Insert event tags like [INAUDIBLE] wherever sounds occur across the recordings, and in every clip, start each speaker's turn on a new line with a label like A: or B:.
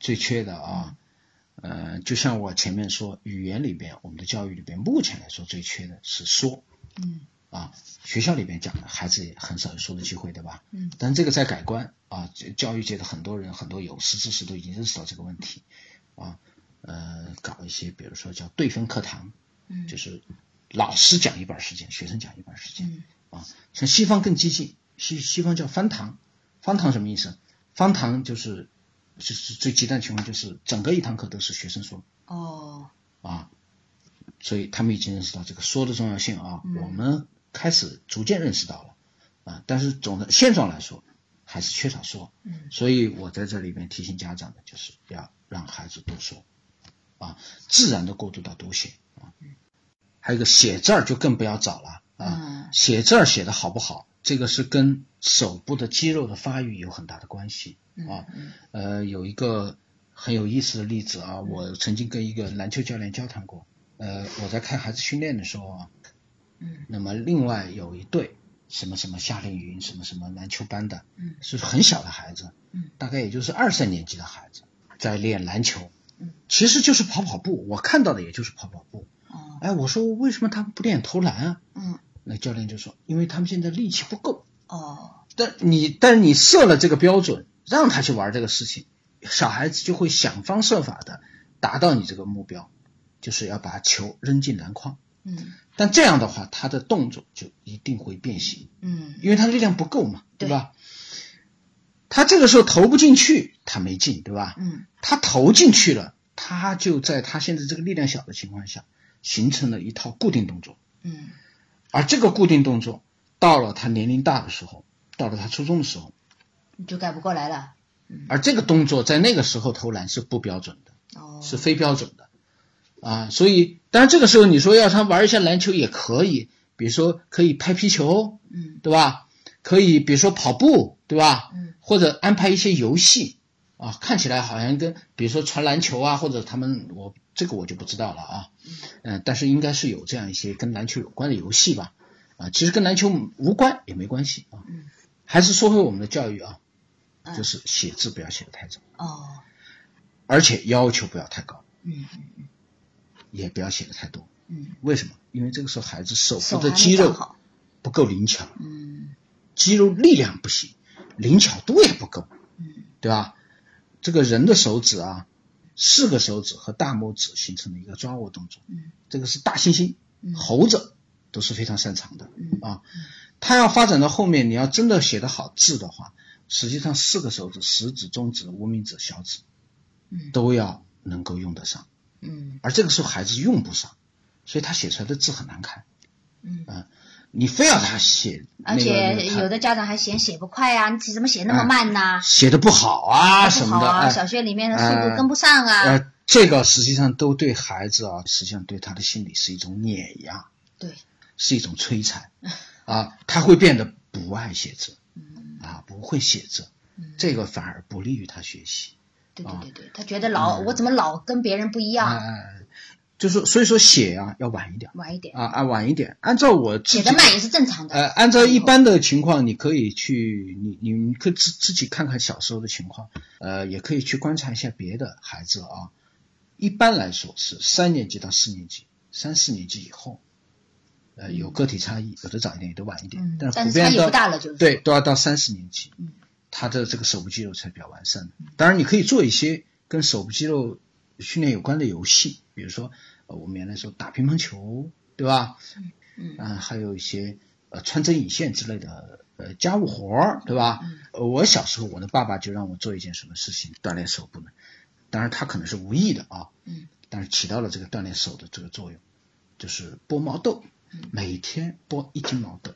A: 最缺的啊。呃，就像我前面说，语言里边，我们的教育里边，目前来说最缺的是说
B: 嗯
A: 啊。学校里边讲的，孩子也很少有说的机会，对吧？
B: 嗯
A: 但这个在改观啊，这教育界的很多人，很多有识之士都已经认识到这个问题啊。呃，搞一些，比如说叫对分课堂，
B: 嗯，
A: 就是老师讲一半儿时间，学生讲一半儿时间
B: 嗯
A: 啊。像西方更激进，西西方叫翻堂，翻堂什么意思？翻堂就是就是最极端的情况就是整个一堂课都是学生说
B: 哦
A: 啊，所以他们已经认识到这个说的重要性啊，
B: 嗯
A: 我们开始逐渐认识到了啊，但是总的现状来说还是缺少说，
B: 嗯
A: 所以我在这里面提醒家长的就是要让孩子多说啊，自然的过渡到读写啊，还有一个写字儿就更不要找了啊
B: 嗯，
A: 写字儿写的好不好，这个是跟手部的肌肉的发育有很大的关系啊，
B: 嗯
A: 呃，有一个很有意思的例子啊，我曾经跟一个篮球教练交谈过。呃，我在看孩子训练的时候啊，
B: 嗯
A: 那么另外有一队什么什么夏令营什么什么篮球班的，
B: 嗯
A: 是很小的孩子，
B: 嗯
A: 大概也就是二三年级的孩子在练篮球，
B: 嗯
A: 其实就是跑跑步，我看到的也就是跑跑步。
B: 哦
A: 哎，我说为什么他们不练投篮啊？
B: 嗯
A: 那教练就说，因为他们现在力气不够。
B: 哦
A: 但你但是你设了这个标准，让他去玩这个事情，小孩子就会想方设法的达到你这个目标，就是要把球扔进篮筐。
B: 嗯
A: 但这样的话，他的动作就一定会变形，
B: 嗯
A: 因为他力量不够嘛，
B: 对
A: 对吧？他这个时候投不进去，他没进，对吧？
B: 嗯
A: 他投进去了，他就在他现在这个力量小的情况下，形成了一套固定动作。
B: 嗯
A: 而这个固定动作，到了他年龄大的时候，到了他初中的时候，
B: 你就改不过来了
A: 而这个动作在那个时候投篮是不标准的，
B: 哦
A: 是非标准的，啊，所以当然这个时候你说要他玩一下篮球也可以，比如说可以拍皮球，
B: 嗯
A: 对吧？可以比如说跑步，对吧？
B: 嗯，
A: 或者安排一些游戏，啊，看起来好像跟比如说传篮球啊，或者他们我这个我就不知道了啊，嗯、但是应该是有这样一些跟篮球有关的游戏吧，啊，其实跟篮球无关也没关系啊
B: 嗯，
A: 还是说回我们的教育啊，
B: 嗯
A: 就是写字不要写的太早。
B: 哦
A: 而且要求不要太高，
B: 嗯
A: 也不要写的太多。
B: 嗯
A: 为什么？因为这个时候孩子手
B: 手
A: 部
B: 还
A: 的
B: 没
A: 肌
B: 长
A: 肉
B: 好
A: 不够灵巧，
B: 嗯
A: 肌肉力量不行，灵巧度也不够，
B: 嗯
A: 对吧？这个人的手指啊，四个手指和大拇指形成了一个抓握动作，
B: 嗯
A: 这个是大猩猩、
B: 嗯
A: 猴子都是非常擅长的
B: 嗯
A: 啊。他要发展到后面，你要真的写得好字的话，实际上四个手指，食指、中指、无名指、小指
B: 嗯
A: 都要能够用得上。
B: 嗯
A: 而这个时候孩子用不上，所以他写出来的字很难看。啊
B: 嗯
A: 你非要他写，
B: 而
A: 那
B: 且
A: 个他
B: 有的家长还嫌写不快啊，你怎么写那么慢呐？
A: 写的不好啊
B: 不
A: 什么
B: 好
A: 的，
B: 啊，
A: 哎
B: 小学里面的速度
A: 哎
B: 跟不上啊。
A: 呃，这个实际上都对孩子啊，实际上对他的心理是一种碾压，
B: 对，
A: 是一种摧
B: [LAUGHS]
A: 残啊，他会变得不爱写字
B: 嗯
A: 啊，不会写字，
B: 嗯，
A: 这个反而不利于他学习。
B: 对对
A: 啊
B: 对对，他觉得老我怎么老跟别人不一样，
A: 哎，就是所以说写啊要晚一点
B: 晚一点
A: 啊啊晚一点，按照我自
B: 写
A: 己
B: 的慢也是正常的。
A: 呃，按照一般的情况，你可以去，你你你可以自自己看看小时候的情况，呃，也可以去观察一下别的孩子啊。一般来说是三年级到四年级，三四年级以后，呃，有个体差异，有的早一点，有的晚一点，
B: 嗯
A: 但
B: 但
A: 普
B: 是差
A: 遍
B: 异
A: 到
B: 不大了就是
A: 对，都要到三四年级，
B: 嗯
A: 他的这个手部肌肉才比较完善的。当然，你可以做一些跟手部肌肉训练有关的游戏，比如说、呃我们原来说打乒乓球，对吧？
B: 嗯
A: 啊，还有一些呃穿针引线之类的呃家务活儿，对吧？
B: 嗯
A: 呃我小时候，我的爸爸就让我做一件什么事情锻炼手部呢？当然，他可能是无意的啊，
B: 嗯，
A: 但是起到了这个锻炼手的这个作用，就是剥毛豆，
B: 嗯
A: 每天剥一斤毛豆。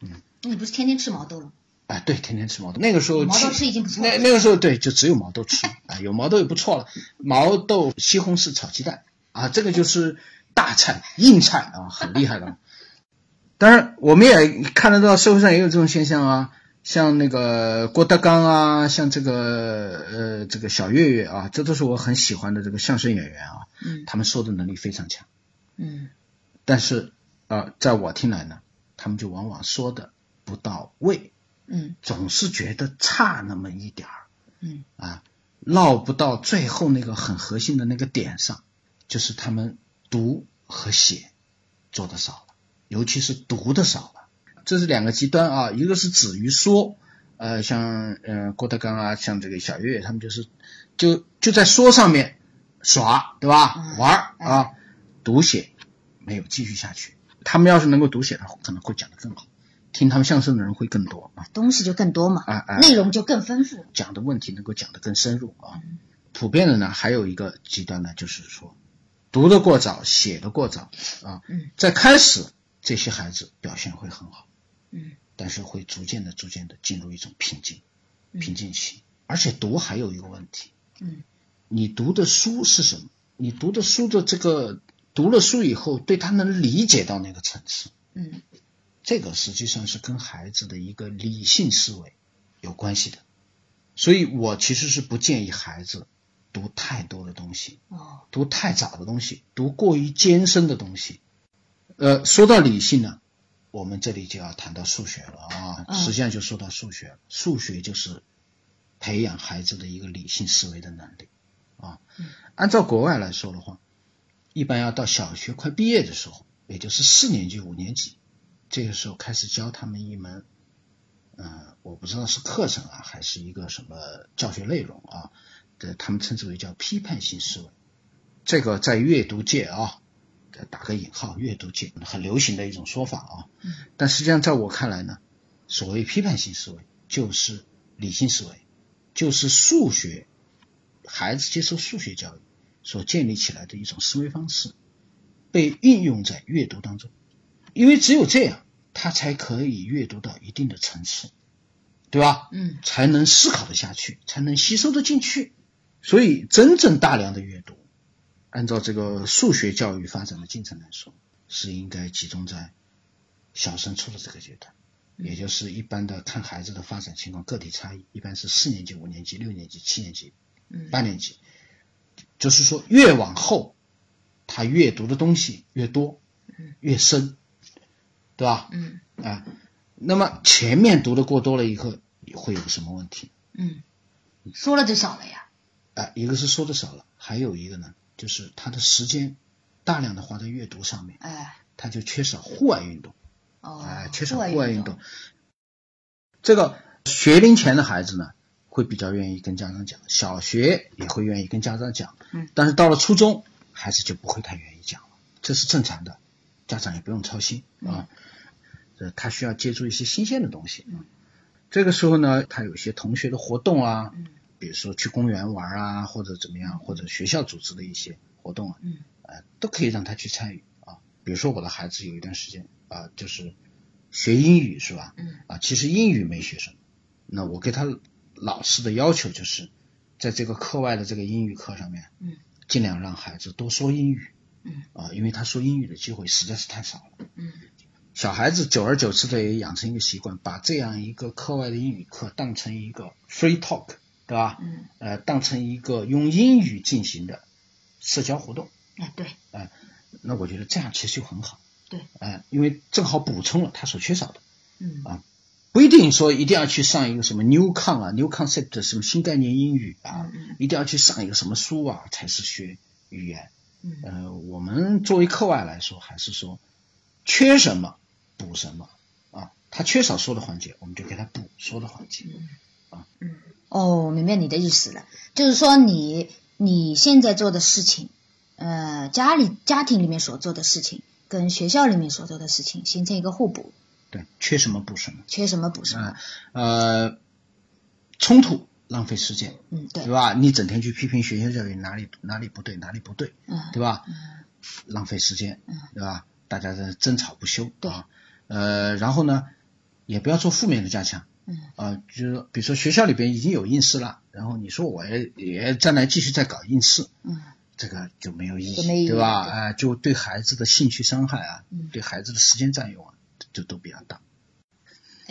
B: 那你不是天天吃毛豆了？
A: 哎，对，天天吃毛豆。那个时候
B: 毛豆
A: 去
B: 吃已经不错了
A: 那那个时候对，就只有毛豆吃啊，有毛豆也不错了。毛豆西红柿炒鸡蛋啊，这个就是大菜硬菜啊，很厉害的。 [LAUGHS] 当然，我们也看得到社会上也有这种现象啊，像那个郭德纲啊，像这个呃这个小岳岳啊，这都是我很喜欢的这个相声演员啊，
B: 嗯
A: 他们说的能力非常强。
B: 嗯
A: 但是呃，在我听来呢，他们就往往说的不到位。
B: 嗯
A: 总是觉得差那么一点儿
B: 嗯
A: 啊。绕不到最后那个很核心的那个点上，就是他们读和写做的少了，尤其是读的少了。这是两个极端啊，一个是止于说，呃，像呃郭德纲啊，像这个小岳岳他们就是就就在说上面耍，对吧？
B: 嗯
A: 玩儿啊，读写没有继续下去。他们要是能够读写的话，可能会讲得更好，听他们相声的人会更多啊。
B: 东西就更多嘛，
A: 啊啊
B: 内容就更丰富。
A: 讲的问题能够讲得更深入啊。普遍的呢，还有一个极端呢，就是说读得过早，写得过早啊
B: 嗯。
A: 在开始，这些孩子表现会很好，
B: 嗯
A: 但是会逐渐的、逐渐的进入一种瓶颈、
B: 嗯
A: 瓶颈期。而且读还有一个问题，
B: 嗯
A: 你读的书是什么？你读的书的这个读了书以后，对他能理解到那个层次，
B: 嗯
A: 这个实际上是跟孩子的一个理性思维有关系的，所以我其实是不建议孩子读太多的东西，
B: 哦
A: 读太早的东西，读过于艰深的东西。呃，说到理性呢，我们这里就要谈到数学了啊，
B: 嗯
A: 实际上就说到数学了，数学就是培养孩子的一个理性思维的能力啊
B: 嗯。
A: 按照国外来说的话，一般要到小学快毕业的时候，也就是四年级、五年级，这个时候开始教他们一门，呃，我不知道是课程啊，还是一个什么教学内容啊，这他们称之为叫批判性思维。这个在阅读界啊，打个引号，阅读界很流行的一种说法啊。
B: 嗯
A: 但实际上，在我看来呢，所谓批判性思维就是理性思维，就是数学孩子接受数学教育所建立起来的一种思维方式，被应用在阅读当中，因为只有这样，他才可以阅读到一定的层次，对吧？
B: 嗯
A: 才能思考得下去，才能吸收得进去。所以，真正大量的阅读，按照这个数学教育发展的进程来说，是应该集中在小升初的这个阶段，
B: 嗯
A: 也就是一般的看孩子的发展情况，个体差异，一般是四年级、五年级、六年级、七年级、
B: 嗯
A: 八年级，就是说越往后，他阅读的东西越多
B: 嗯，
A: 越深，对吧？
B: 嗯
A: 啊，那么前面读的过多了以后，会有什么问题？
B: 嗯，说了就少了呀。
A: 啊，一个是说的少了，还有一个呢，就是他的时间大量的花在阅读上面，
B: 哎
A: 他就缺少户外运动，
B: 哦
A: 哎，，缺少
B: 户
A: 户外运
B: 动
A: 动。。这个学龄前的孩子呢，会比较愿意跟家长讲，小学也会愿意跟家长讲，
B: 嗯，
A: 但是到了初中，孩子就不会太愿意讲了，这是正常的，家长也不用操心
B: 嗯
A: 啊。呃，他需要接触一些新鲜的东西。
B: 嗯
A: 这个时候呢，他有一些同学的活动啊，
B: 嗯
A: 比如说去公园玩啊，或者怎么样，或者学校组织的一些活动啊，
B: 嗯
A: 呃，都可以让他去参与啊。比如说我的孩子有一段时间啊、就是学英语是吧？
B: 嗯
A: 啊，其实英语没学什么，那我给他老师的要求就是，在这个课外的这个英语课上面，
B: 嗯，
A: 尽量让孩子多说英语
B: 嗯
A: 啊，因为他说英语的机会实在是太少了。
B: 嗯
A: 小孩子久而久之的也养成一个习惯，把这样一个课外的英语课当成一个 free talk，对吧？
B: 嗯，
A: 呃，当成一个用英语进行的社交活动。
B: 哎对，
A: 那我觉得这样其实就很好。
B: 对，
A: 呃，因为正好补充了他所缺少的，
B: 嗯
A: 啊不一定说一定要去上一个什么 new con 啊、new concept 什么新概念英语啊，
B: 嗯嗯
A: 一定要去上一个什么书啊才是学语言。
B: 嗯
A: 呃，我们作为课外来说，还是说缺什么补什么啊。他缺少说的环节，我们就给他补说的环节。
B: 嗯哦，我明白你的意思了，就是说你你现在做的事情，呃，家里家庭里面所做的事情跟学校里面所做的事情形成一个互补，
A: 对，缺什么补什么。
B: 缺什么补什
A: 啊
B: 么。
A: 呃，冲突浪费时间，
B: 嗯对
A: 对，吧？你整天去批评学校教育哪里哪里不对，哪里不对，
B: 嗯
A: 对吧？
B: 嗯
A: 浪费时间
B: 嗯，
A: 对吧？大家在争吵不休
B: 对
A: 啊。呃，然后呢，也不要做负面的加强。
B: 嗯
A: 啊、就是说比如说学校里边已经有应试了，然后你说我也也再来继续再搞应试，
B: 嗯
A: 这个就没有意
B: 就
A: 义，
B: 没意义
A: 对吧？
B: 对
A: 哎、就对孩子的兴趣伤害啊，
B: 嗯
A: 对孩子的时间占用啊，就都比较大。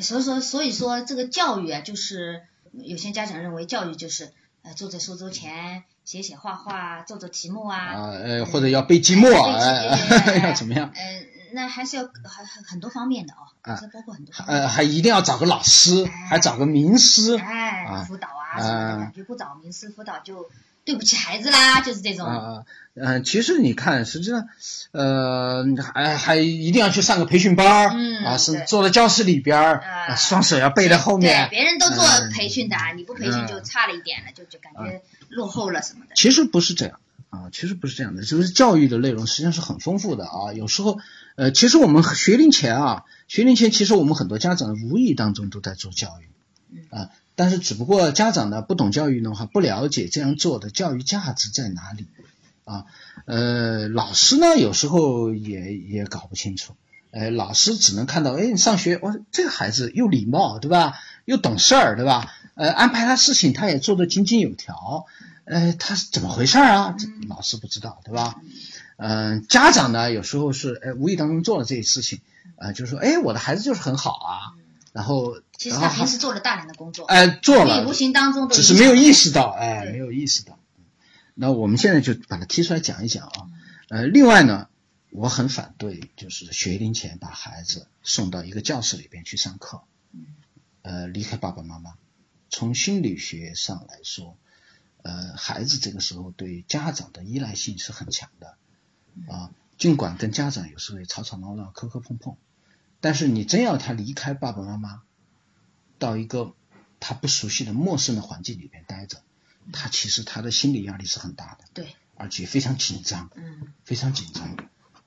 B: 所以说，所以说这个教育啊，就是有些家长认为教育就是呃坐在书桌前写写画画，做做题目啊，
A: 啊，呃，或者要背积木啊，
B: 哎
A: 哎 [LAUGHS]
B: 背积木哎
A: 要怎么样？
B: 呃，那还是要很很很多方面的哦，
A: 啊
B: 这包括很多方面
A: 呃，还一定要找个老师，还找个名师，
B: 哎
A: 啊
B: 辅导啊，啊什么的，
A: 啊
B: 感觉不找名师辅导就对不起孩子啦，就是这种。
A: 啊，嗯、其实你看，实际上，呃，还还一定要去上个培训班儿，
B: 嗯
A: 啊，是
B: 对
A: 坐在教室里边儿、
B: 啊
A: 啊双手要背在后
B: 对，
A: 面。
B: 别人都做
A: 嗯啊
B: 培训的啊，你不培训就差了一点了，就就感觉落后了什么的。
A: 其实不是这样啊，其实不是这样的，就是教育的内容实际上是很丰富的啊。有时候，呃，其实我们学龄前啊，学龄前其实我们很多家长无意当中都在做教育，啊，但是只不过家长呢不懂教育的话，不了解这样做的教育价值在哪里，啊，呃，老师呢有时候也也搞不清楚。呃，老师只能看到，哎，你上学，哇，这个孩子又礼貌，对吧？又懂事儿，对吧？呃，安排他事情他也做得井井有条，呃，他是怎么回事儿啊？这
B: 嗯
A: 老师不知道，对吧？嗯、家长呢，有时候是哎无意当中做了这些事情，啊，就是说，哎，我的孩子就是很好啊，然后
B: 嗯其实
A: 然
B: 他
A: 后
B: 平
A: 还
B: 时做了大量的工作，
A: 哎做
B: 所以
A: 了
B: 无，形当中都
A: 只是没有意识到，哎，
B: 对
A: 没有意识到。那我们现在就把它提出来讲一讲啊。呃，另外呢，我很反对就是学龄前把孩子送到一个教室里边去上课，
B: 嗯
A: 呃，离开爸爸妈妈。从心理学上来说，呃，孩子这个时候对家长的依赖性是很强的，啊，尽管跟家长有时候也吵吵闹闹、磕磕碰碰，但是你真要他离开爸爸妈妈，到一个他不熟悉的陌生的环境里边待着，他其实他的心理压力是很大的，
B: 对，
A: 而且非常紧张，
B: 嗯
A: 非常紧张。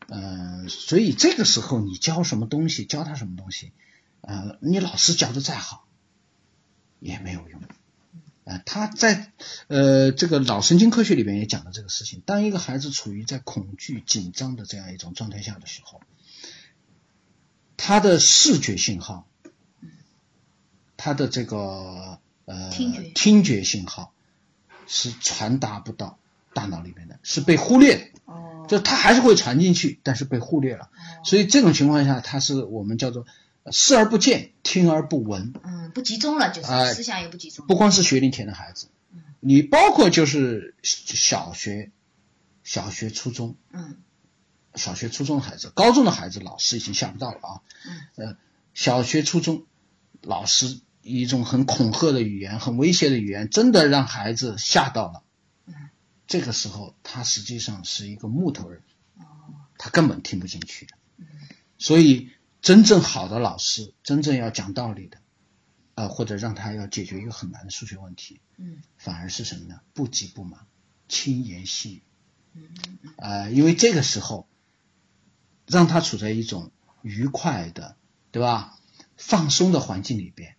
A: 呃，所以这个时候你教什么东西，教他什么东西，呃，你老师教的再好也没有用。呃，他在呃这个脑神经科学里边也讲了这个事情。当一个孩子处于在恐惧、紧张的这样一种状态下的时候，他的视觉信号，他的这个呃
B: 听觉
A: 听觉信号是传达不到大脑里面的，是被忽略的。
B: 哦嗯
A: 就它还是会传进去，但是被忽略了。所以这种情况下，它是我们叫做呃视而不见，听而不闻。
B: 嗯不集中了，就是
A: 哎
B: 思想也不集中了。
A: 不光是学龄前的孩子，你包括就是小学、小学、初中、
B: 嗯
A: 小学、初中的孩子，高中的孩子，老师已经吓不到了啊。
B: 嗯
A: 呃，小学、初中，老师以一种很恐吓的语言、很威胁的语言，真的让孩子吓到了。这个时候，他实际上是一个木头人，他根本听不进去。所以，真正好的老师，真正要讲道理的，呃，或者让他要解决一个很难的数学问题，
B: 嗯
A: 反而是什么呢？不急不忙，轻言细语。
B: 嗯嗯
A: 呃，因为这个时候，让他处在一种愉快的，对吧？放松的环境里边，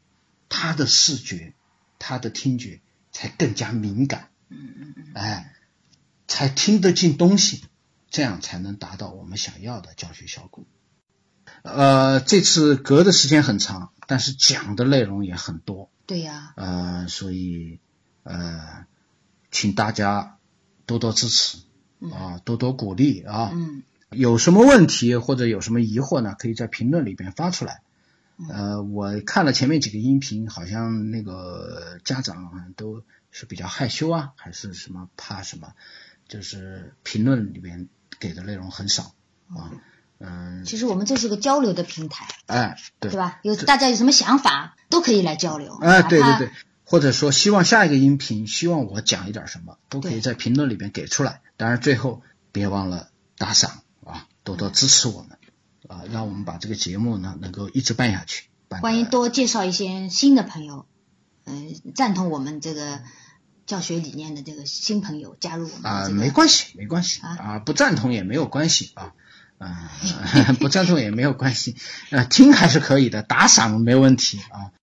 A: 他的视觉、他的听觉才更加敏感，
B: 嗯嗯嗯
A: 哎，才听得进东西，这样才能达到我们想要的教学效果。呃，这次隔的时间很长，但是讲的内容也很多，
B: 对呀，
A: 呃，所以呃，请大家多多支持啊，多多鼓励啊。
B: 嗯
A: 有什么问题或者有什么疑惑呢？可以在评论里边发出来。呃，我看了前面几个音频，好像那个家长好像都是比较害羞啊，还是什么怕什么，就是评论里边给的内容很少啊。嗯，
B: 其实我们这是个交流的平台，
A: 哎，对
B: 对，吧？有大家有什么想法都可以来交流。
A: 哎，对
B: 哪
A: 对
B: 怕
A: 对，或者说希望下一个音频，希望我讲一点什么，都可以
B: 对
A: 在评论里边给出来。当然，最后别忘了打赏啊，多多支持我们啊，让我们把这个节目呢能够一直办下去。办得
B: 欢迎多介绍一些新的朋友，嗯、赞同我们这个教学理念的这个新朋友加入我们
A: 啊、
B: 的这个。
A: 没关系，没关系
B: 啊
A: 啊、不赞同也没有关系啊。 [LAUGHS] 啊、不赞同也没有关系，呃，听还是可以的，打赏没问题啊。